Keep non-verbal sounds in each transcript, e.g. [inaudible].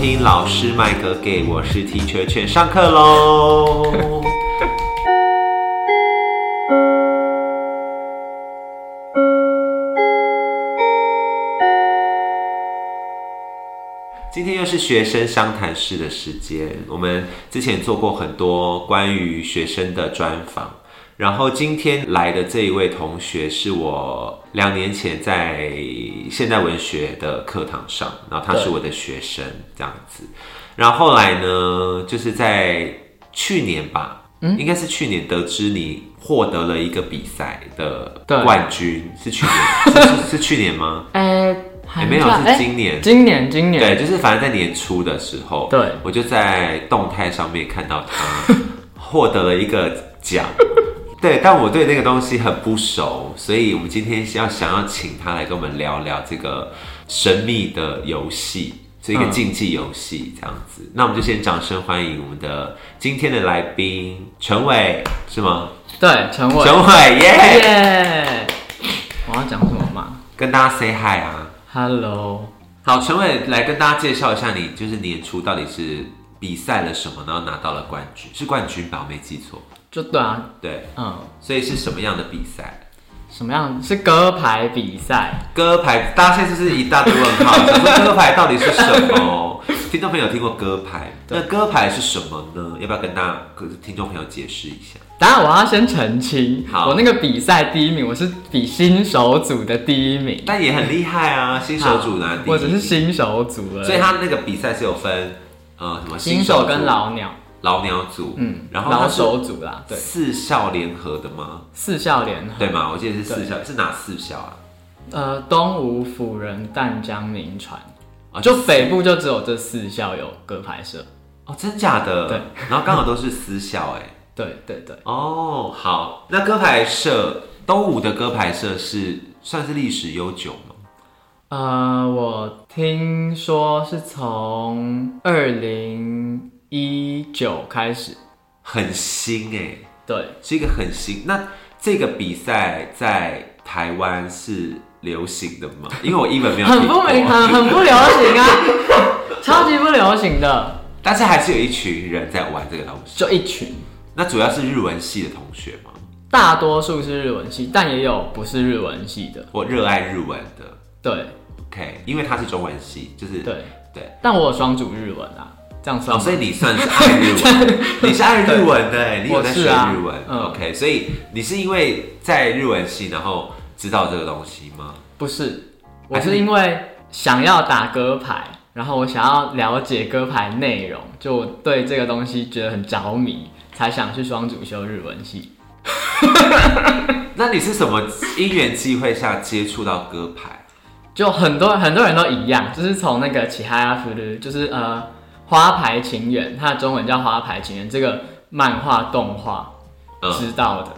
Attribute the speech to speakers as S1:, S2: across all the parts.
S1: 听老师麦格给，我是 Teacher 犬，上课喽。今天又是学生商谈室的时间，我们之前做过很多关于学生的专访。然后今天来的这一位同学是我两年前在现代文学的课堂上，然后他是我的学生这样子。然后后来呢，就是在去年吧，应该是去年得知你获得了一个比赛的
S2: 对
S1: 冠军，是去年是是是去年吗？
S2: 哎、
S1: 也、
S2: 还
S1: 没有，
S2: 算
S1: 是
S2: 哎
S1: 今年。
S2: 今年，今年，
S1: 对，就是反正在年初的时候，
S2: 对
S1: 我就在动态上面看到
S2: [laughs]
S1: 他获得了一个奖。对，但我对那个东西很不熟，所以我们今天要想要请他来跟我们聊聊这个神秘的游戏，是一个
S2: 嗯
S1: 竞技游戏这样子。那我们就先掌声欢迎我们的今天的来宾陈伟，是吗？
S2: 对，陈伟，
S1: 陈伟耶
S2: 耶！我要讲什么嘛
S1: 跟大家 say hi 啊！
S2: ？Hello，
S1: 好，陈伟来跟大家介绍一下你，就是年初到底是比赛了什么，然后拿到了冠军，是冠军吧？我没记错，
S2: 就对啊，
S1: 对，
S2: 嗯，
S1: 所以是什么样的比赛？
S2: 什么样是歌牌比赛？
S1: 歌牌，大家现在是不是一大堆问号，想说歌牌到底是什
S2: [laughs]
S1: 么？听众朋友有听过歌牌，那歌牌是什么呢？要不要跟大家跟听众朋友解释一下？
S2: 当然，我要先澄清，
S1: 好
S2: 我那个比赛第一名，我是比新手组的第一名，
S1: 但也很厉害啊，新手组拿第一
S2: 我只是
S1: 名，
S2: 新手组而已，
S1: 所以他那个比赛是有分呃什么
S2: 新手跟
S1: 组
S2: 老鸟，
S1: 老鸟组，
S2: 嗯，
S1: 然后
S2: 老
S1: 他是
S2: 手组啦，对，
S1: 四校联合的吗？
S2: 四校联合，
S1: 对吗？我记得是四校，是哪四校啊？
S2: 呃，东吴、辅仁、淡江、明传。
S1: 啊，
S2: 就北部就只有这四校有歌牌社。
S1: 哦，真假的？
S2: 对。
S1: 然后刚好都是私校，哎，
S2: 对对对，
S1: 哦，好，那歌牌社东吴的歌牌社是算是历史悠久吗？
S2: 呃，我听说是从二零一九开始，
S1: 很新哎，
S2: 对，
S1: 是一个很新。那这个比赛在台湾是流行的
S2: [laughs]
S1: 吗？因为我英文没有
S2: 很
S1: 听
S2: 不
S1: 过，
S2: 明， [laughs] 很很不流行啊，超级不流行的，
S1: 但是还是有一群人在玩这个东西。
S2: 就一群，
S1: 那主要是日文系的同学吗？
S2: 大多数是日文系，但也有不是日文系的，
S1: 我热爱日文的
S2: 对
S1: ，OK，因为他是中文系，就是
S2: 对
S1: 对。
S2: 但我有双主日文啊，这样算
S1: 哦，
S2: 吗
S1: 所以你算是爱日文，
S2: [laughs]
S1: [laughs] 你是爱日文的欸，你有在学
S2: 我是啊
S1: 日文、
S2: 嗯
S1: o k 所以你是因为在日文系，然后知道这个东西吗？
S2: 不是，我
S1: 还是
S2: 是因为想要打歌牌，然后我想要了解歌牌内容，就我对这个东西觉得很着迷，才想去双主修日文系。
S1: 那你是什么因缘际会下接触到歌牌？
S2: 就很多很多人都一样，就是从那个起哈亚夫鲁，就是呃花牌情缘，它的中文叫花牌情缘这个漫画动画
S1: 嗯，
S2: 知道的。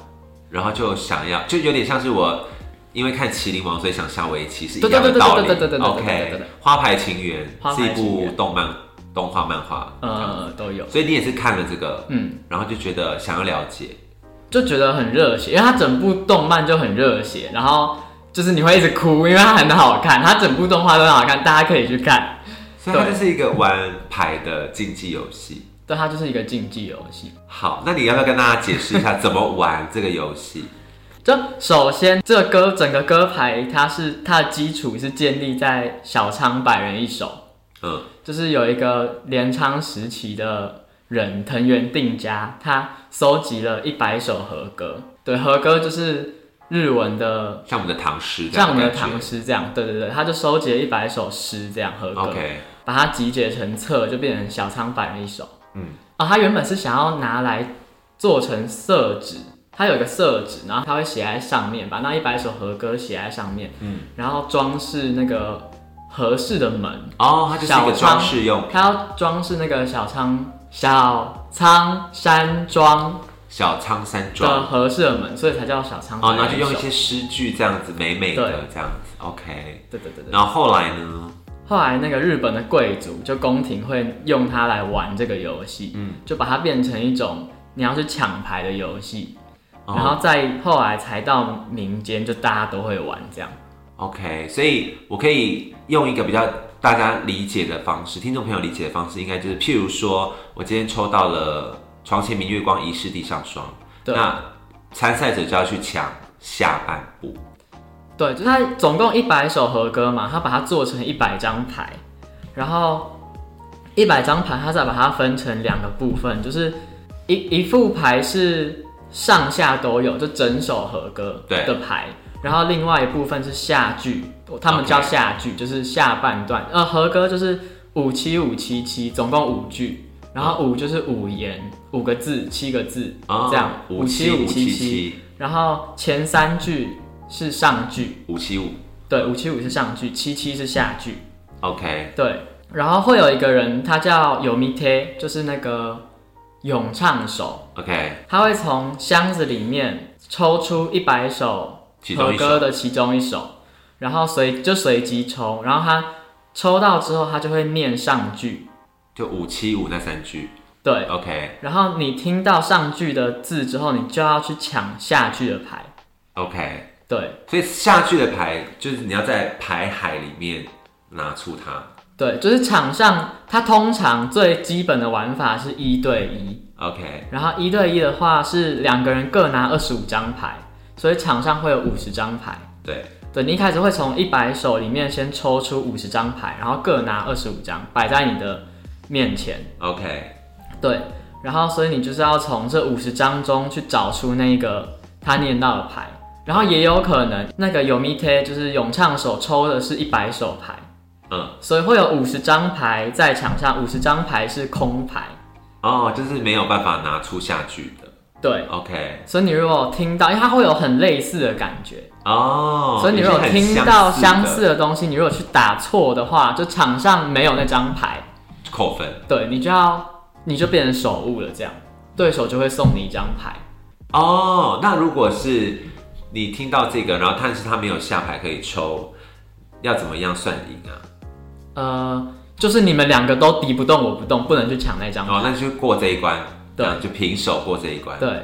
S1: 然后就想要，就有点像是我因为看《麒麟王》所以想下围棋是一
S2: 对
S1: 样的
S2: 对对对
S1: 道理。
S2: 对对对对对对对
S1: OK，
S2: 对对
S1: 花牌情缘
S2: 花
S1: 是一
S2: 牌情
S1: 部
S2: 缘
S1: 动漫动画漫画，嗯
S2: 呃，都有，
S1: 所以你也是看了这个，
S2: 嗯，
S1: 然后就觉得想要了解。
S2: 就觉得很热血，因为它整部动漫就很热血，然后就是你会一直哭，因为它很好看，它整部动画都很好看，大家可以去看。
S1: 所以它
S2: 对
S1: 就是一个玩牌的竞技游戏。
S2: 对，它就是一个竞技游戏。
S1: 好，那你要不要跟大家解释一下怎么玩这个游戏？ [laughs]
S2: 就首先，这个歌整个歌牌它是它的基础是建立在小仓百人一首，
S1: 嗯，
S2: 就是有一个镰仓时期的人藤原定家，他收集了一百首和歌。对，和歌就是日文的，
S1: 像我们的唐诗这
S2: 像
S1: 样
S2: 我
S1: 的
S2: 们
S1: 感
S2: 的
S1: 觉，
S2: 唐诗这样。对对对，他就收集了一百首诗这样和歌。
S1: OK，
S2: 把它集结成册，就变成小仓百人一首。
S1: 嗯
S2: 嗯，啊，它原本是想要拿来做成色纸，它有一个色纸，然后它会写在上面，把那一百首和歌写在上面，
S1: 嗯
S2: 嗯，然后装饰那个合适的门，
S1: 哦，它就是一个装饰用
S2: 它要装饰那个小仓小仓山庄
S1: 小仓山
S2: 的
S1: 庄，
S2: 合适的门，所以才叫小仓百
S1: 哦，然后
S2: 人
S1: 就
S2: 一首。
S1: 用一些诗句这样子美美的
S2: 对
S1: 这样子，OK。
S2: 对对对对。
S1: 然后后来呢？
S2: 后来那个日本的贵族，就宫廷会用它来玩这个游戏，
S1: 嗯
S2: 就把它变成一种你要去抢牌的游戏，然
S1: 哦
S2: 后再后来才到民间，就大家都会玩这样。
S1: ，OK，所以我可以用一个比较大家理解的方式，听众朋友理解的方式，应该就是譬如说，我今天抽到了“床前明月光，疑是地上霜”，
S2: 对
S1: 那参赛者就要去抢下半部。
S2: 对，就是它总共一百首和歌嘛，它把它做成一百张牌，然后一百张牌，它再把它分成两个部分，就是一一副牌是上下都有，就整首和歌
S1: 对
S2: 的牌，然后另外一部分是下句，他们叫
S1: OK
S2: 下句就是下半段，呃，和歌就是五七五七七，总共五句，然后五就是五言，五个字，七个字，这样
S1: 五
S2: 七
S1: 啊五
S2: 啊七
S1: 七七
S2: 然后前三句是上句。
S1: 五七五
S2: 对，五七五是上句，七七是下句。
S1: ，OK，
S2: 对，然后会有一个人，他叫有米贴，就是那个咏唱手，
S1: OK，
S2: 他会从箱子里面抽出一百首
S1: 其中
S2: 和
S1: 一
S2: 歌
S1: 首
S2: 的其中一首，然后随就随机抽，然后他抽到之后，他就会念上句。
S1: 就五七五那三句
S2: 对，
S1: ，OK
S2: 然后你听到上句的字之后，你就要去抢下句的牌。
S1: OK，
S2: 对
S1: 所以下句的牌就是你要在牌海里面拿出它
S2: 对，就是场上它通常最基本的玩法是一对一。
S1: ，OK，
S2: 然后一对一的话是两个人各拿二十五张牌，所以场上会有五十张牌。
S1: 对，
S2: 对你一开始会从一百手里面先抽出五十张牌，然后各拿二十五张摆在你的面前。
S1: OK，
S2: 对，然后所以你就是要从这五十张中去找出那个他念到的牌，然后也有可能那个有 m i t 就是咏唱手抽的是一百手牌，
S1: 嗯，
S2: 所以会有五十张牌在场上，五十张牌是空牌。
S1: 哦，就是没有办法拿出下句的
S2: 对，
S1: ，OK，
S2: 所以你如果听到，因为它会有很类似的感觉，
S1: 哦，
S2: 所以你如果
S1: 也是很
S2: 听到相
S1: 的
S2: 似的东西，你如果去打错的话，就场上没有那张牌，
S1: 扣分，
S2: 对你就要你就变成手误了，这样对手就会送你一张牌。
S1: 哦，那如果是你听到这个，然后但是他没有下牌可以抽，要怎么样算赢啊？
S2: 呃，就是你们两个都敌不动我不动，不能去抢那张牌。
S1: 哦，那就过这一关，
S2: 对
S1: 这样就平手过这一关。
S2: 对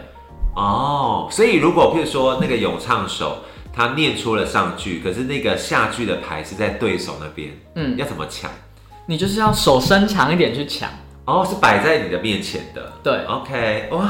S1: 哦，所以如果譬如说那个咏唱手他念出了上句，可是那个下句的牌是在对手那边，
S2: 嗯，
S1: 要怎么抢？
S2: 你就是要手伸长一点去抢，
S1: 哦，是摆在你的面前的。
S2: 对
S1: OK，哇，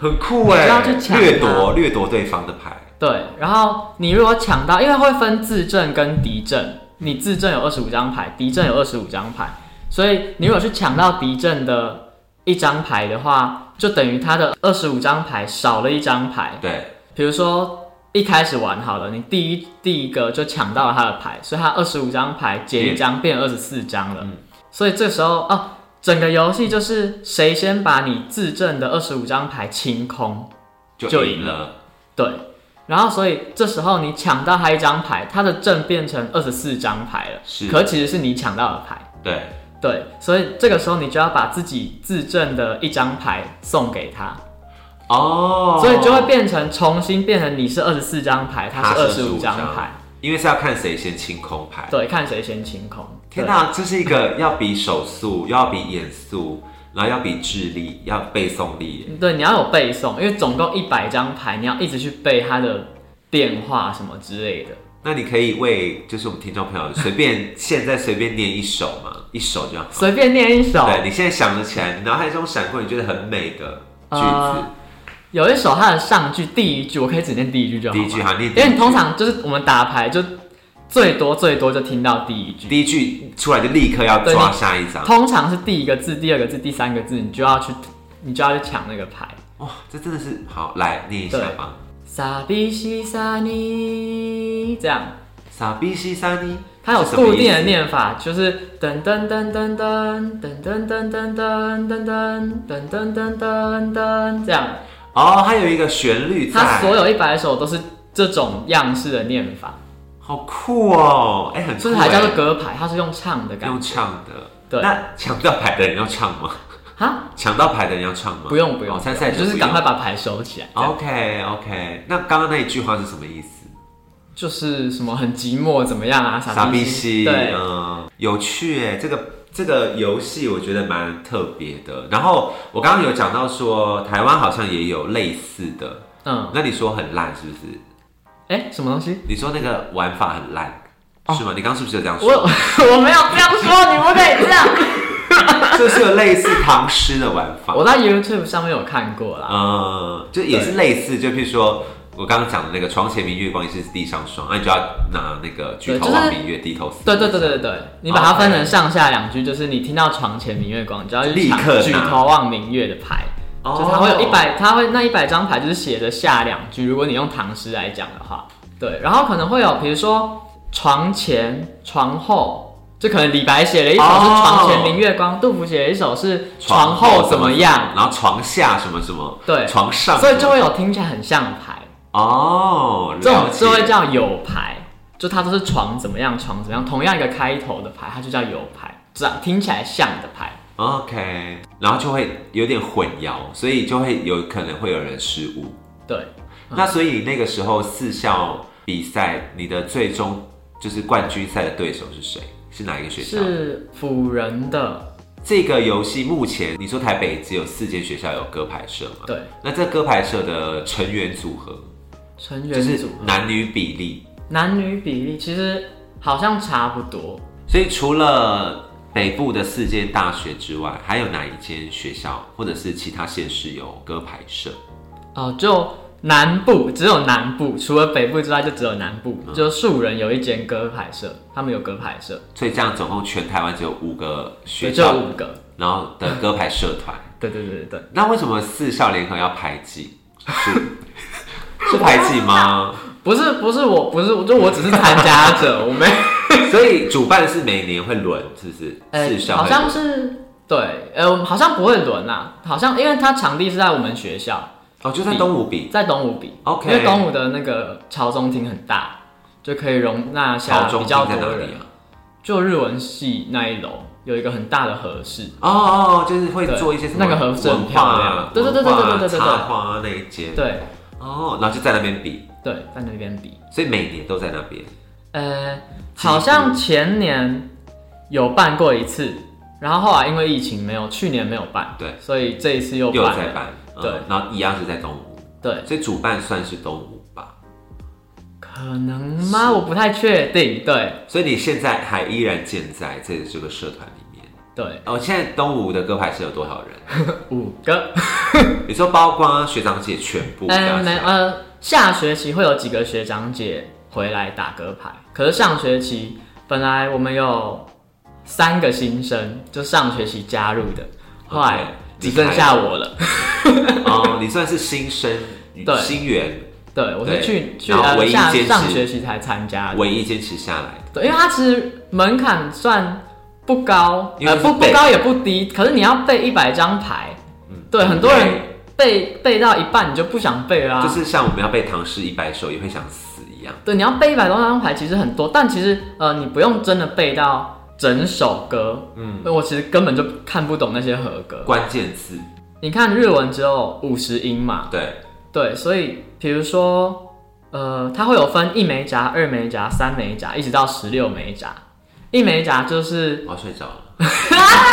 S1: 很酷哎，
S2: 你要去抢它啊
S1: 掠夺掠夺对方的牌。
S2: 对。然后你如果抢到，因为会分自阵跟敌阵，你自阵有二十五张牌，敌阵有二十五张牌，所以你如果去抢到敌阵的一张牌的话，就等于他的二十五张牌少了一张牌。
S1: 对，
S2: 比如说一开始玩好了，你第一第一个就抢到了他的牌，所以他二十五张牌减一张变二十四张了。
S1: 嗯
S2: 所以这时候哦，整个游戏就是谁先把你自证的二十五张牌清空，
S1: 就
S2: 就
S1: 赢
S2: 赢
S1: 了。
S2: 对。然后，所以这时候你抢到他一张牌，他的正变成二十四张牌了，
S1: 是，
S2: 可其实是你抢到的牌，
S1: 对，
S2: 对，所以这个时候你就要把自己自证的一张牌送给他，
S1: 哦，
S2: 所以就会变成重新变成你是二十四张牌，他
S1: 他
S2: 是二
S1: 是
S2: 十
S1: 25
S2: 五张
S1: 张
S2: 牌，
S1: 因为是要看谁先清空牌。
S2: 对，看谁先清空。
S1: 天哪、这是一个要比手速，又要比眼速，然后要比智力，要背诵力耶。
S2: 对对，你要有背诵，因为总共一百张牌，你要一直去背它的变化什么之类的。
S1: 那你可以为就是我们听众朋友随便现在随便念一首嘛， [laughs] 一首就好。
S2: 随便念一首，
S1: 对你现在想得起来，你脑海中闪过你觉得很美的句子
S2: 呃，有一首它的上句第一句，我可以只念第一句就好
S1: 第
S2: 吗。
S1: 一句哈，念
S2: 因
S1: 第一
S2: 为
S1: 句
S2: 你通常就是我们打牌就最多最多就听到第一句，
S1: 第一句出来就立刻要
S2: 对
S1: 抓
S2: 你
S1: 下一张。
S2: 通常是第一个字、第二个字、第三个字，你就要去你就要去抢那个牌。
S1: 哇，这真的是好，来念一下吧。
S2: 傻逼西沙尼，这样。
S1: 傻逼西三尼，
S2: 它有
S1: 是什么
S2: 固定的
S1: 意思
S2: 念法，就是噔噔噔噔噔噔噔噔噔噔噔噔噔噔噔噔噔这样。
S1: 哦，它有一个旋律在，
S2: 它所有一百首都是这种样式的念法，
S1: 好酷哦，哎、很酷、
S2: 所以还叫做
S1: 哎
S2: 歌牌，它是用唱的感
S1: 用
S2: 觉。
S1: 唱的。
S2: 对
S1: 那抢到牌的人要唱吗？
S2: 哈，
S1: 抢到牌的人要唱吗？
S2: 不用不用
S1: 哦，参赛者
S2: 就是
S1: 不用
S2: 赶快。把牌收起来。这样
S1: OK OK，那刚刚那一句话是什么意思？
S2: 就是什么很寂寞怎么样啊？
S1: 傻逼西，
S2: 西对
S1: 嗯，有趣哎，这个这个游戏我觉得蛮特别的。然后我刚刚有讲到说，台湾好像也有类似的，
S2: 嗯，
S1: 那你说很烂是不是？
S2: 哎，什么东西？
S1: 你说那个玩法很烂，是吗？你刚刚是不是有这样
S2: 哦我
S1: 说？
S2: 我 [laughs] 没有这样说，你不可以这样。
S1: [laughs] 就是有类似唐诗的玩法，
S2: 我在 YouTube 上面有看过啦，
S1: 嗯，就也是类似，就譬如说我刚刚讲的那个“床前明月光，疑是地上霜”，那你就要拿那个“举头
S2: 对就是
S1: 望明月，低头思”，
S2: 对对对对对，你把它分成上下两句，就是你听到床前明月光，你就要去
S1: 立
S2: 抢
S1: 刻拿
S2: 举头望明月的牌，
S1: 哦
S2: 就它会有一百，它会那一百张牌就是写着下两句，如果你用唐诗来讲的话，对，然后可能会有比如说床前、床后，就可能李白写了一首是
S1: 哦
S2: 床前明月光，杜甫写了一首是床后怎么样，，
S1: 然后床下什么什么，
S2: 对
S1: 床上什
S2: 所
S1: 么，
S2: 以就会有听起来很像的牌，
S1: 哦，
S2: 这种
S1: 了解
S2: 就会叫有牌，就它都是床怎么样，床怎么样，同样一个开头的牌，它就叫有牌，这样听起来像的牌。
S1: OK，然后就会有点混淆，所以就会有可能会有人失误。
S2: 对，
S1: 那所以那个时候四校比赛，你的最终就是冠军赛的对手是谁？是哪一个学校？
S2: 是辅仁的，
S1: 这个游戏目前你说台北只有四间学校有歌牌社嘛？
S2: 对，
S1: 那这歌牌社的成员组合
S2: 成
S1: 就
S2: 员
S1: 是
S2: 组合
S1: 男女比例，
S2: 男女比例其实好像差不多。
S1: 所以除了北部的四间大学之外，还有哪一间学校或者是其他县市有歌牌社？
S2: 哦、就南部只有南部，除了北部之外就只有南部，
S1: 嗯
S2: 就树人有一间歌牌社，他们有歌牌社，
S1: 所以这样总共全台湾只有五个
S2: 所
S1: 学
S2: 以就
S1: 校
S2: 有五个。
S1: 然后的歌牌社团。
S2: 对对对对对，
S1: 那为什么四校联合要排
S2: [laughs]
S1: 挤？是是排挤吗？
S2: 不是不是我不是就我只是参加者，我没
S1: 所以主办是每年会轮，是不是？
S2: 呃
S1: 四校
S2: 好
S1: 会轮
S2: 像是对，呃，好像不会轮啦，好像因为它场地是在我们学校，
S1: 哦，就在东吴比
S2: 在东武比
S1: OK
S2: 因为东武的那个朝中厅很大，就可以容纳下
S1: 朝中
S2: 比
S1: 厅
S2: 较
S1: 在哪
S2: 多
S1: 里
S2: 人。
S1: 啊？
S2: 就日文系那一楼有一个很大的和室，
S1: 哦哦，哦就是会
S2: 对
S1: 做一些什么
S2: 那个盒子
S1: 文
S2: 很
S1: 化
S2: 漂亮
S1: 啊、
S2: 对对对对
S1: 文化啊
S2: 对对对对对
S1: 插花啊那一间
S2: 对
S1: 哦，然后就在那边比，
S2: 对，在那边比，
S1: 所以每年都在那边。
S2: 呃，好像前年有办过一次，然后后来因为疫情没有，去年没有办，
S1: 对
S2: 所以这一次又
S1: 又
S2: 办
S1: 在
S2: 了，
S1: 办，嗯
S2: 对
S1: 然后一样是在东吴，
S2: 对，
S1: 所以主办算是东吴吧。
S2: 可能吗？我不太确定，对
S1: 所以你现在还依然健在这这个社团里面。
S2: 对，
S1: 哦，现在东吴的歌牌社有多少人？
S2: 五个。
S1: 你说包括学长姐全部加起来？
S2: 嗯，没呃，下学期会有几个学长姐回来打歌牌，可是上学期本来我们有三个新生，就上学期加入的，后来
S1: OK，
S2: 只剩下我了。
S1: 哦，你算是新生
S2: 对
S1: 新员，
S2: 对，我
S1: 对
S2: 是去去
S1: 然后
S2: 呃
S1: 唯一
S2: 下
S1: 坚持
S2: 上学期才参加的，
S1: 唯一坚持下来的。
S2: 对，因为它其实门槛算不高，
S1: 因为
S2: 呃
S1: 是
S2: 不不
S1: 背
S2: 高也不低，可是你要背一百张牌，
S1: 嗯
S2: 对，很多人背背到一半你就不想背啦、
S1: 就是像我们要背唐诗一百首也会想死一样。
S2: 对，你要背一百多张牌，其实很多，但其实呃，你不用真的背到整首歌。
S1: 嗯
S2: 嗯，我其实根本就看不懂那些和歌。
S1: 关键字，
S2: 你看日文只有五十音嘛，
S1: 对，
S2: 对，所以比如说呃，它会有分一枚夹、二枚夹、三枚夹，一直到十六枚夹。一枚夹就是 [coughs]
S1: 我要睡着了。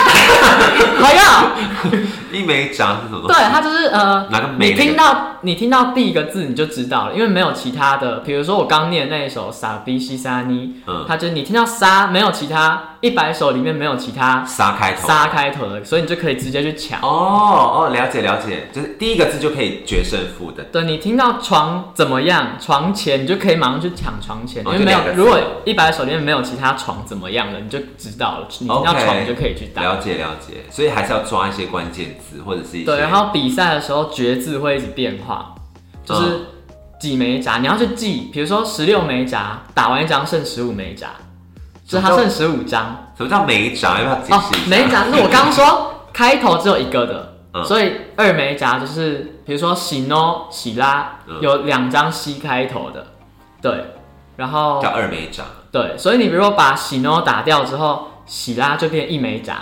S2: 还要，
S1: 一枚掌是什么东
S2: 对，
S1: 西？
S2: 它就是呃，
S1: 拿个
S2: 你
S1: 枚那
S2: 听
S1: 个？
S2: 到你听到第一个字你就知道了，因为没有其他的，比如说我刚念那一首《傻逼西沙尼》，
S1: 嗯
S2: 它就是你听到“沙”没有其他，一百首里面没有其他
S1: 沙开
S2: “
S1: 头。
S2: 沙”开头的，所以你就可以直接去抢。
S1: 哦哦，了解了解，就是第一个字就可以决胜负的。
S2: 对你听到床怎么样，床前你就可以马上去抢床前，
S1: 哦
S2: 因为没
S1: 就两个
S2: 有
S1: 字
S2: 如果一百首里面没有其他床怎么样了，你就知道了。你听到
S1: OK
S2: 床你就可以去打。
S1: 了解了解，所以还是要抓一些关键字或者是一些。
S2: 对，然后比赛的时候决字会一直变化，就是
S1: 嗯
S2: 几枚夹，你要去记，比如说十六枚夹，打完一张剩十五枚夹，就是它剩十五张
S1: 什么叫枚掌？要不要解
S2: 哦
S1: 嗯释一，下？
S2: 枚夹是我刚
S1: [laughs]
S2: 刚说开头只有一个的，
S1: 嗯
S2: 所以二枚夹就是比如说喜诺、喜拉
S1: 嗯
S2: 有两张西开头的，对，然后
S1: 叫二枚掌。
S2: 对，所以你比如说把喜诺打掉之后，喜拉就变一枚夹，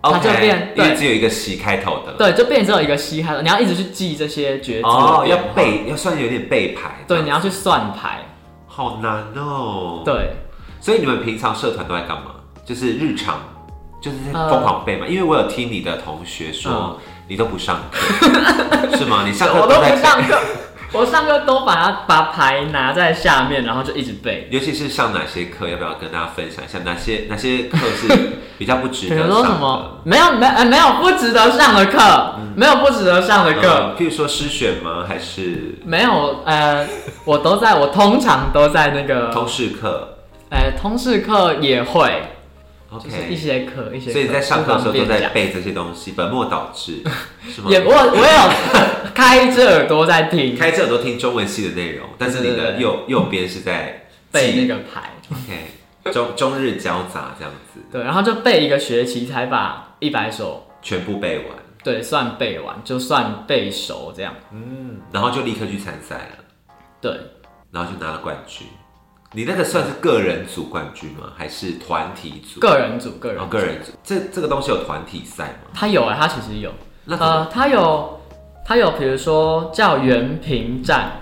S2: 它
S1: OK，
S2: 就变
S1: 因为
S2: 对
S1: 只有一个喜开头的了。
S2: 对，就变只有一个西开头，你要一直去记这些决字的
S1: 哦，
S2: 变
S1: 要
S2: 化。
S1: 背，要算有点背牌。
S2: 对，你要去算牌。
S1: 好难哦。，
S2: 对，
S1: 所以你们平常社团都在干嘛？就是日常，就是在
S2: 呃嗯
S1: 疯狂背嘛。因为我有
S2: [laughs]
S1: 听你的同学说，你都不上课，是吗？你上课
S2: 我都
S1: 在
S2: 不上课，我上课都把它把牌拿在下面，然后就一直背。
S1: 尤其是上哪些课，要不要跟大家分享一下？哪些哪些课是
S2: [laughs]
S1: 比较不值
S2: 比
S1: 得
S2: 如
S1: 上的？嗯
S2: 说什么没有没呃没有不值得上的课，没有不值得上的课，
S1: 呃譬如说诗选吗？还是
S2: 没有呃，我都在，我通常都在那个
S1: 通识课
S2: 呃通识课也会，就是一
S1: ？OK，
S2: 些课一些课。
S1: 所以你在上课的时候
S2: 不
S1: 都
S2: 方便
S1: 在
S2: 讲
S1: 背这些东西，本末倒置，是吗？
S2: [laughs] 也我我有开着耳朵在听
S1: 开这耳朵听中文系的内容，但是你
S2: 对对
S1: 的
S2: 对
S1: 右右边是在
S2: 背那
S1: 记
S2: 个牌，
S1: OK 中中日交杂这样子，
S2: 对，然后就背一个学期才把一百首
S1: 全部背完，
S2: 对算背完，就算背熟这样。
S1: 然后就立刻去参赛了，
S2: 对，
S1: 然后就拿了冠军。你那个算是个人组冠军吗？还是团体组？
S2: 个人组个人
S1: 然
S2: 组
S1: 哦后个人组，这这个东西有团体赛吗？
S2: 他有啊、他其实有，
S1: 那怎么
S2: 呃，他有，他有，比如说叫原平站，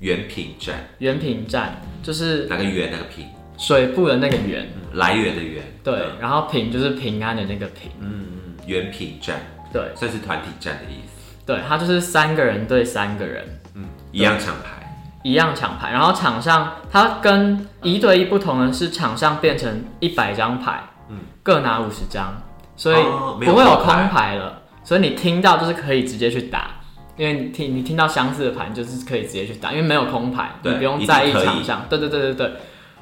S1: 原平战，
S2: 原平站就是
S1: 哪个圆哪个平？
S2: 水部的那个原，
S1: 嗯来源的源，
S2: 对，
S1: 嗯
S2: 然后平就是平安的那个平，
S1: 嗯，原平战
S2: 对，
S1: 算是团体战的意思，
S2: 对，他就是三个人对三个人
S1: 一样抢牌，
S2: 一样抢牌，然后场上他跟一对一不同的是，场上变成一百张牌，
S1: 嗯
S2: 嗯，各拿五十张，所以
S1: 哦没有
S2: 不会有
S1: 空
S2: 空
S1: 牌
S2: 牌了，所以你听到就是可以直接去打。因为你听你听到相似的盘，就是可以直接去打，因为没有空牌，你
S1: 对
S2: 不用在
S1: 一
S2: 意
S1: 定可以
S2: 场上。对对对对对。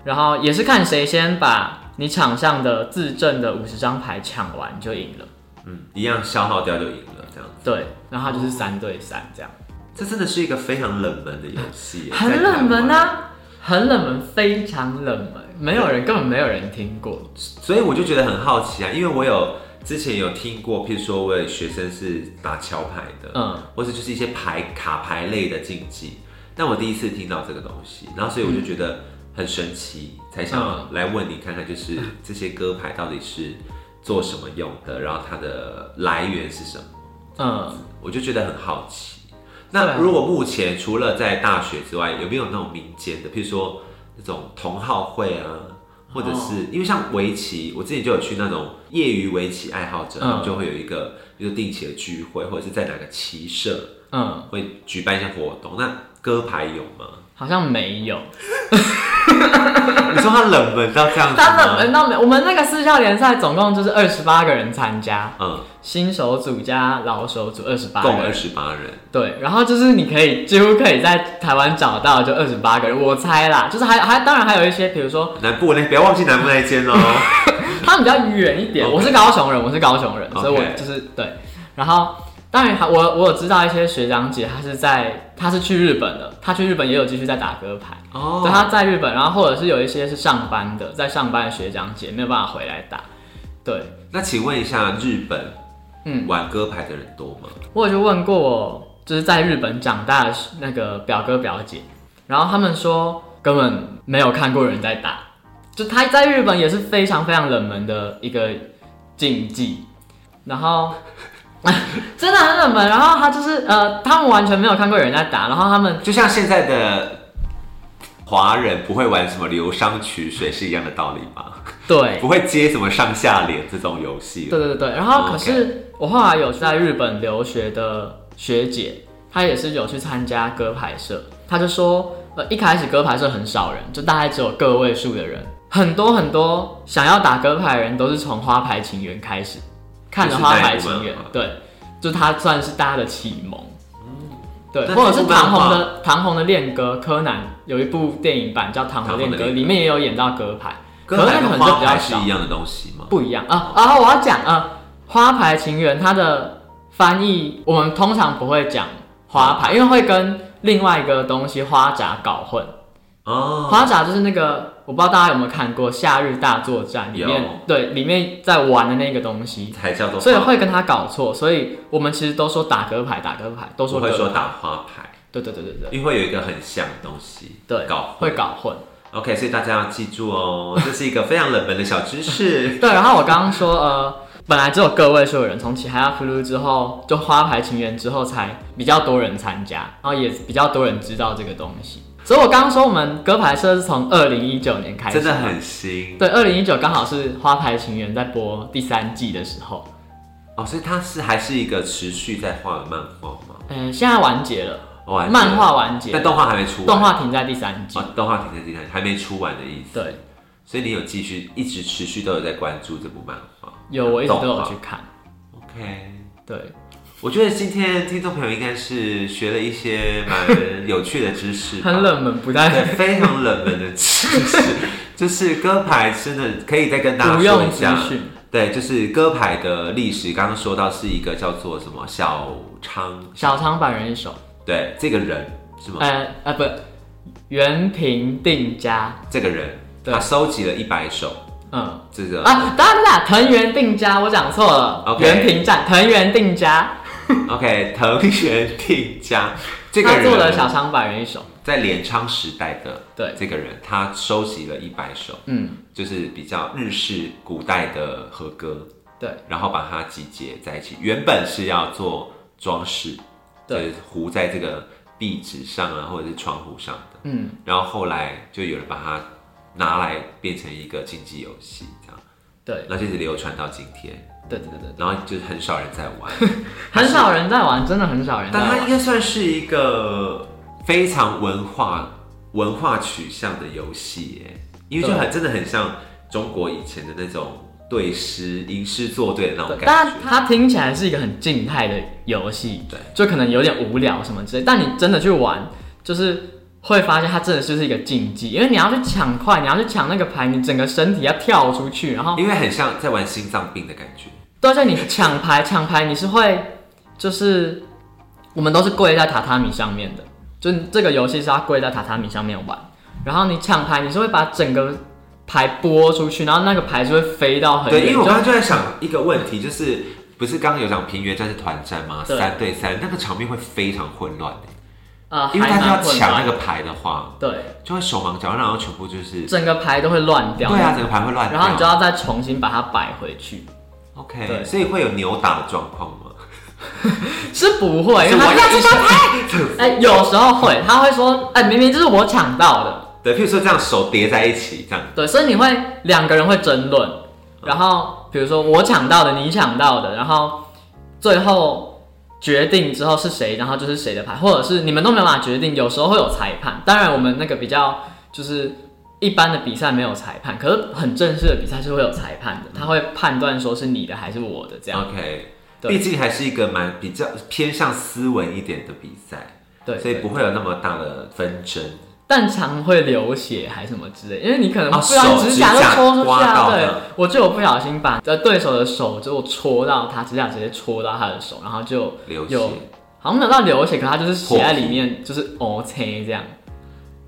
S2: 然后也是看谁先把你场上的自证的五十张牌抢完就赢了。
S1: 嗯，一样消耗掉就赢了，这样子。
S2: 对，然后它就是三对三这样，
S1: 这真的是一个非常冷门的游戏，在
S2: 很
S1: 台
S2: 冷门
S1: 湾
S2: 啊，很冷门，非常冷门，没有人根本没有人听过。
S1: 所以我就觉得很好奇啊，因为我有之前有听过，譬如说我有学生是打桥牌的，
S2: 嗯，
S1: 或者就是一些牌卡牌类的竞技，但我第一次听到这个东西，然后所以我就觉得很神奇，才想来问你看看，就是这些歌牌到底是做什么用的，然后它的来源是什么，
S2: 嗯，
S1: 我就觉得很好奇。
S2: 对
S1: 那
S2: 啊
S1: 如果目前除了在大学之外，有没有那种民间的，譬如说那种同好会啊，或者是、
S2: 哦
S1: 因为像围棋，我之前就有去那种业余围棋爱好者，
S2: 嗯
S1: 他们就会有一个，比如说定期的聚会，或者是在哪个棋社
S2: 嗯，
S1: 会举办一些活动。那歌牌有吗？ [laughs]
S2: 好像没有，
S1: 你说它冷门到这样子
S2: 他冷
S1: 吗？
S2: 门到没，我们那个私校联赛总共就是二十八个人参加，
S1: 嗯，
S2: 新手组加老手组二十八
S1: 共二
S2: 人，
S1: 十八人，
S2: 对，然后就是你可以几乎可以在台湾找到就二十八个人，我猜啦，就是还还当然还有一些，比如说
S1: 南部那不要忘记南部那一
S2: [laughs]
S1: 间哦。
S2: 他们比较远一点，
S1: OK
S2: 哦我是高雄人，我是高雄人
S1: OK
S2: 所以我就是对，然后。当然还，我我有知道一些学长姐，她是在她是去日本的，她去日本也有继续在打歌牌，对，
S1: 哦，
S2: 他在日本，然后或者是有一些是上班的，在上班的学长姐没有办法回来打。对，
S1: 那请问一下，日本
S2: 嗯，
S1: 玩歌牌的人多吗？
S2: 我有去问过我就是在日本长大的那个表哥表姐，然后他们说根本没有看过有人在打，就他在日本也是非常非常冷门的一个竞技，然后。 [laughs] 真的很冷门，然后他就是呃，他们完全没有看过有人在打，然后他们
S1: 就像现在的华人不会玩什么流觞曲水是一样的道理吗？
S2: 对
S1: 不会接什么上下联这种游戏。
S2: 对对对，然后可
S1: 哦 OK
S2: 是我后来有在日本留学的学姐，她也是有去参加歌牌社，她就说，呃，一开始歌牌社很少人，就大概只有个位数的人，很多很多想要打歌牌的人都是从花牌情缘开始，看着
S1: 就是
S2: 花
S1: 那一
S2: 牌
S1: 部
S2: 情
S1: 漫
S2: 缘
S1: 画，
S2: 对，就她算是大家的启蒙。对，
S1: 那
S2: 或者
S1: 哦这
S2: 是
S1: 部漫
S2: 唐红
S1: 画
S2: 的唐红的恋歌，柯南有一部电影版叫《唐红
S1: 唐红
S2: 的恋
S1: 的
S2: 歌》，
S1: 恋
S2: 里面也有演到歌牌，
S1: 歌牌
S2: 可
S1: 跟
S2: 能可能就
S1: 花
S2: 比较
S1: 牌是
S2: 少
S1: 一样的东西吗？
S2: 不一样啊啊！我要讲啊，花牌情缘它的翻译我们通常不会讲花牌，因为会跟另外一个东西花甲搞混。
S1: 哦，
S2: 花甲就是那个我不知道大家有没有看过《夏日大作战》里面
S1: 有
S2: 对里面在玩的那个东西，
S1: 才叫做
S2: 所以
S1: 花，
S2: 会跟他搞错。所以我们其实都说打歌牌，打歌牌都
S1: 我
S2: 说
S1: 会
S2: 歌
S1: 说
S2: 牌
S1: 打花牌，
S2: 对对对对对
S1: 因为会有一个很像的东西，
S2: 对，
S1: 搞
S2: 会搞混。
S1: OK，所以大家要记住哦， [laughs] 这是一个非常冷门的小知
S2: [laughs]
S1: 识。
S2: 对，然后我刚刚说，呃，本来只有个位数的人，从其他亚福路之后，就花牌情缘之后，才比较多人参加，然后也比较多人知道这个东西。所以我刚刚说，我们歌牌社是从二零一九年开始，
S1: 真的很新
S2: 对，二零一九刚好是花牌情缘在播第三季的时候，
S1: 哦，所以它是还是一个持续在画的漫画吗？哦
S2: 呃嗯、现在完结了，
S1: 我完结了
S2: 漫画完结，
S1: 但动画还没出完，
S2: 动画停在第三季。
S1: 哦，动画停在第三，还没出完的意思。
S2: 对，
S1: 所以你有继续一直持续都有在关注这部漫画。
S2: 有我一直都
S1: 动
S2: 有
S1: 画
S2: 去看。
S1: OK，
S2: 对，
S1: 我觉得今天听众朋友应该是学了一些蛮有趣的知识吧，
S2: 很冷门，不
S1: 对，
S2: 太
S1: 非常冷门的知识，就是歌牌真的可以再跟大家
S2: 不
S1: 说
S2: 用
S1: 一
S2: 资
S1: 下。
S2: 讯。
S1: 对，就是歌牌的历史，刚刚说到是一个叫做什么小昌，
S2: 小仓百人一首，
S1: 对，这个人是吗？
S2: 呃呃不，原平定家，
S1: 这个人
S2: 对
S1: 他收集了一百首
S2: 嗯
S1: 这个
S2: 啊，当然啦，藤原定家，我讲错了，
S1: OK
S2: 原平站藤原定家，
S1: OK，藤原定家这个
S2: 他做了
S1: 人
S2: 小仓百人一首，
S1: 在镰仓时代的
S2: 对，
S1: 这个人，他收集了一百首，
S2: 嗯
S1: 就是比较日式古代的和歌，
S2: 对，
S1: 然后把它集结在一起。原本是要做装饰，
S2: 对，
S1: 糊在这个壁纸上啊，或者是窗户上的。
S2: 嗯，
S1: 然后后来就有人把它拿来变成一个竞技游戏，这样，
S2: 对
S1: 那就是流传到今天，
S2: 对对对对，
S1: 然后就是很少人在玩。
S2: 很少人在玩，真的很少人在
S1: 但它应
S2: 玩，
S1: 该算是一个非常文化文化取向的游戏耶，因为就很真的很像中国以前的那种对诗吟诗作对的那种
S2: 对
S1: 感
S2: 但
S1: 觉。
S2: 它听起来是一个很静态的游戏，
S1: 对，
S2: 就可能有点无聊什么之类，但你真的去玩，就是。会发现它真的就是一个竞技，因为你要去抢快，你要去抢那个牌，你整个身体要跳出去，然后
S1: 因为很像在玩心脏病的感觉，
S2: 对，而且你抢牌，抢牌你是会，就是我们都是跪在榻榻米上面的，就这个游戏是要跪在榻榻米上面玩。然后你抢牌，你是会把整个牌拨出去，然后那个牌是会飞到很
S1: 对，
S2: 远。
S1: 因为我
S2: 就
S1: 刚刚就在想一个问题，就是不是刚刚有讲平原战是团战吗？
S2: 对
S1: 三对三，那个场面会非常混乱的，
S2: 呃，
S1: 因为
S2: 还
S1: 大家
S2: 蛮
S1: 要
S2: 混
S1: 抢那
S2: 乱。
S1: 个牌的话，
S2: 对，
S1: 就会手忙脚乱，然后全部就是
S2: 整个牌都会乱掉。
S1: 对啊，整个牌会乱掉。
S2: 然后你就要再重新把它摆回去，
S1: OK，
S2: 对
S1: 所以会有扭打的状况吗？
S2: 是不会，因
S1: 是
S2: 为
S1: 我
S2: 他
S1: 要这张牌。
S2: 哎、有时候会，他会说，哎、明明就是我抢到的，
S1: 对，譬如说这样手叠在一起这样，
S2: 对，所以你会两个人会争论，
S1: 嗯
S2: 然后比如说我抢到的，你抢到的，然后最后决定之后是谁，然后就是谁的牌，或者是你们都没有办法决定，有时候会有裁判。当然，我们那个比较就是一般的比赛没有裁判，可是很正式的比赛是会有裁判的，他会判断说是你的还是我的这样。
S1: OK，
S2: 对
S1: 毕竟还是一个蛮比较偏向斯文一点的比赛，
S2: 对，
S1: 所以
S2: 对
S1: 不会有那么大的纷争。
S2: 但常会流血还什么之类，因为你可能
S1: 啊
S2: 不小
S1: 手
S2: 心指甲
S1: 指
S2: 就
S1: 甲
S2: 戳出去
S1: 刮到
S2: 啊。对
S1: 的，
S2: 我就有不小心把呃对手的手就戳到他指甲，直接戳到他的手，然后就
S1: 流血
S2: 有好像没有到流血，可他就是
S1: 破
S2: 血
S1: 皮
S2: 在里面，就是 O C 这样，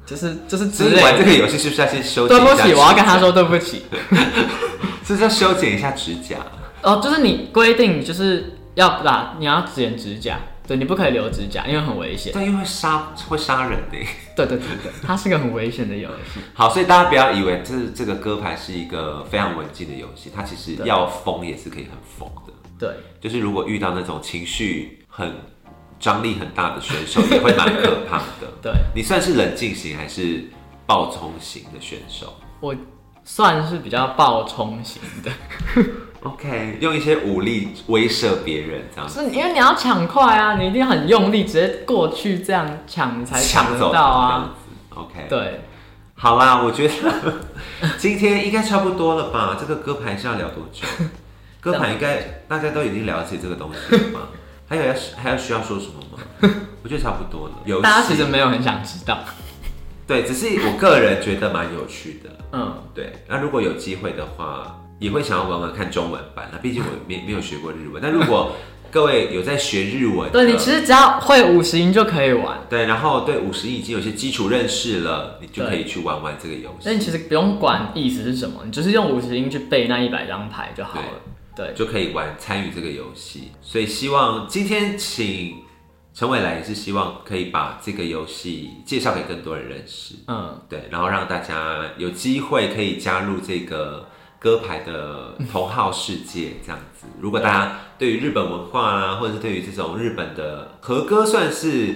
S2: 就是就是之
S1: 所以
S2: 类
S1: 玩这
S2: 的。
S1: 个游戏是不是要先修剪
S2: 对
S1: 一下
S2: 不
S1: 指甲？
S2: 起，我要跟他说对不起。
S1: 是不是要修剪一下指甲？
S2: 哦，就是你规定就是要把你要剪指甲，对你不可以留指甲，因为很危险。
S1: 对，因为会杀会杀人的。 [laughs]
S2: 对对对对，它是个很危险的游戏。
S1: 好，所以大家不要以为这这个歌牌是一个非常文静的游戏，它其实
S2: 对
S1: 要疯也是可以很疯的。
S2: 对，
S1: 就是如果遇到那种情绪很张力很大的选
S2: [laughs]
S1: 手，也会蛮可怕的。
S2: 对，
S1: 你算是冷静型还是暴冲型的选手
S2: 我算是比较暴冲型的。
S1: ？OK，用一些武力威慑别人，这样
S2: 是因为你要抢快啊，你一定很用力，直接过去这样抢才抢得
S1: 走
S2: 到啊。
S1: 这样子 OK，
S2: 对，
S1: 好啦，我觉得今天应该差不多了吧？这个歌牌是要聊多
S2: [laughs]
S1: 久？歌牌应该大家都已经了解这个东西了
S2: [laughs]
S1: 吧？还有要还有需要说什么吗？我觉得差不多了。游戏
S2: 大家其实没有很想知道。
S1: 对，只是我个人觉得蛮有趣的。
S2: 嗯，
S1: 对，那如果有机会的话，也会想要玩玩看中文版那毕竟我没没有学过日文。但如果各位有在学日文的，
S2: 对你其实只要会五十音就可以玩，
S1: 对，然后对五十音已经有些基础认识了，你就可以去玩玩这个游
S2: 所以
S1: 戏，
S2: 你其实不用管意思是什么，你就是用五十音去背那一百张牌就好了。对，
S1: 就可以玩参与这个游戏。所以希望今天请陈伟来，也是希望可以把这个游戏介绍给更多人认识。
S2: 嗯，
S1: 对，然后让大家有机会可以加入这个歌牌的同号世界，这样子。如果大家对于日本文化啊，或者是对于这种日本的和歌，算是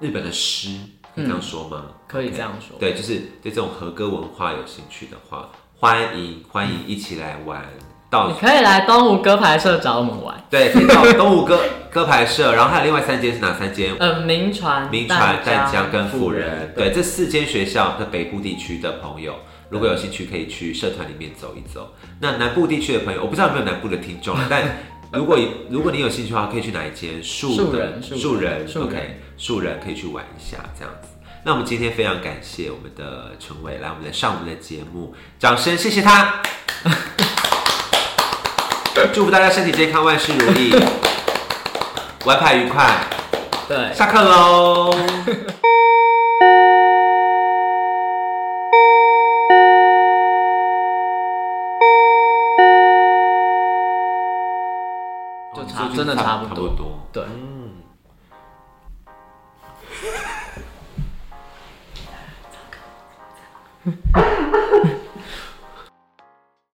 S1: 日本的诗，可以这样说吗？
S2: 可以这
S1: OK
S2: 样说。
S1: 对，就是对这种和歌文化有兴趣的话，欢迎欢迎一起来玩到
S2: 你可以来东吴歌牌社找我们玩。
S1: 对，可以到东吴歌歌牌社，然后还有另外三间是哪三间？
S2: 呃，民传、
S1: 明传、
S2: 淡
S1: 淡江跟辅仁，
S2: 对，
S1: 对，这四间学校的北部地区的朋友，如果有兴趣可以去社团里面走一走。那南部地区的朋友，我不知道有没有南部的听众啊，但如果如果你有兴趣的话，可以去哪一间？树
S2: 树
S1: 的
S2: 人
S1: 树
S2: 树
S1: 人
S2: 人树人
S1: ，OK，树人可以去玩一下这样子。那我们今天非常感谢我们的陈伟来我们的上我们的节目，掌声谢谢他，祝福大家身体健康，万事如意，玩牌愉快。
S2: 对
S1: 下课喽。
S2: 哦就差真的差不多
S1: 差不多。
S2: 对。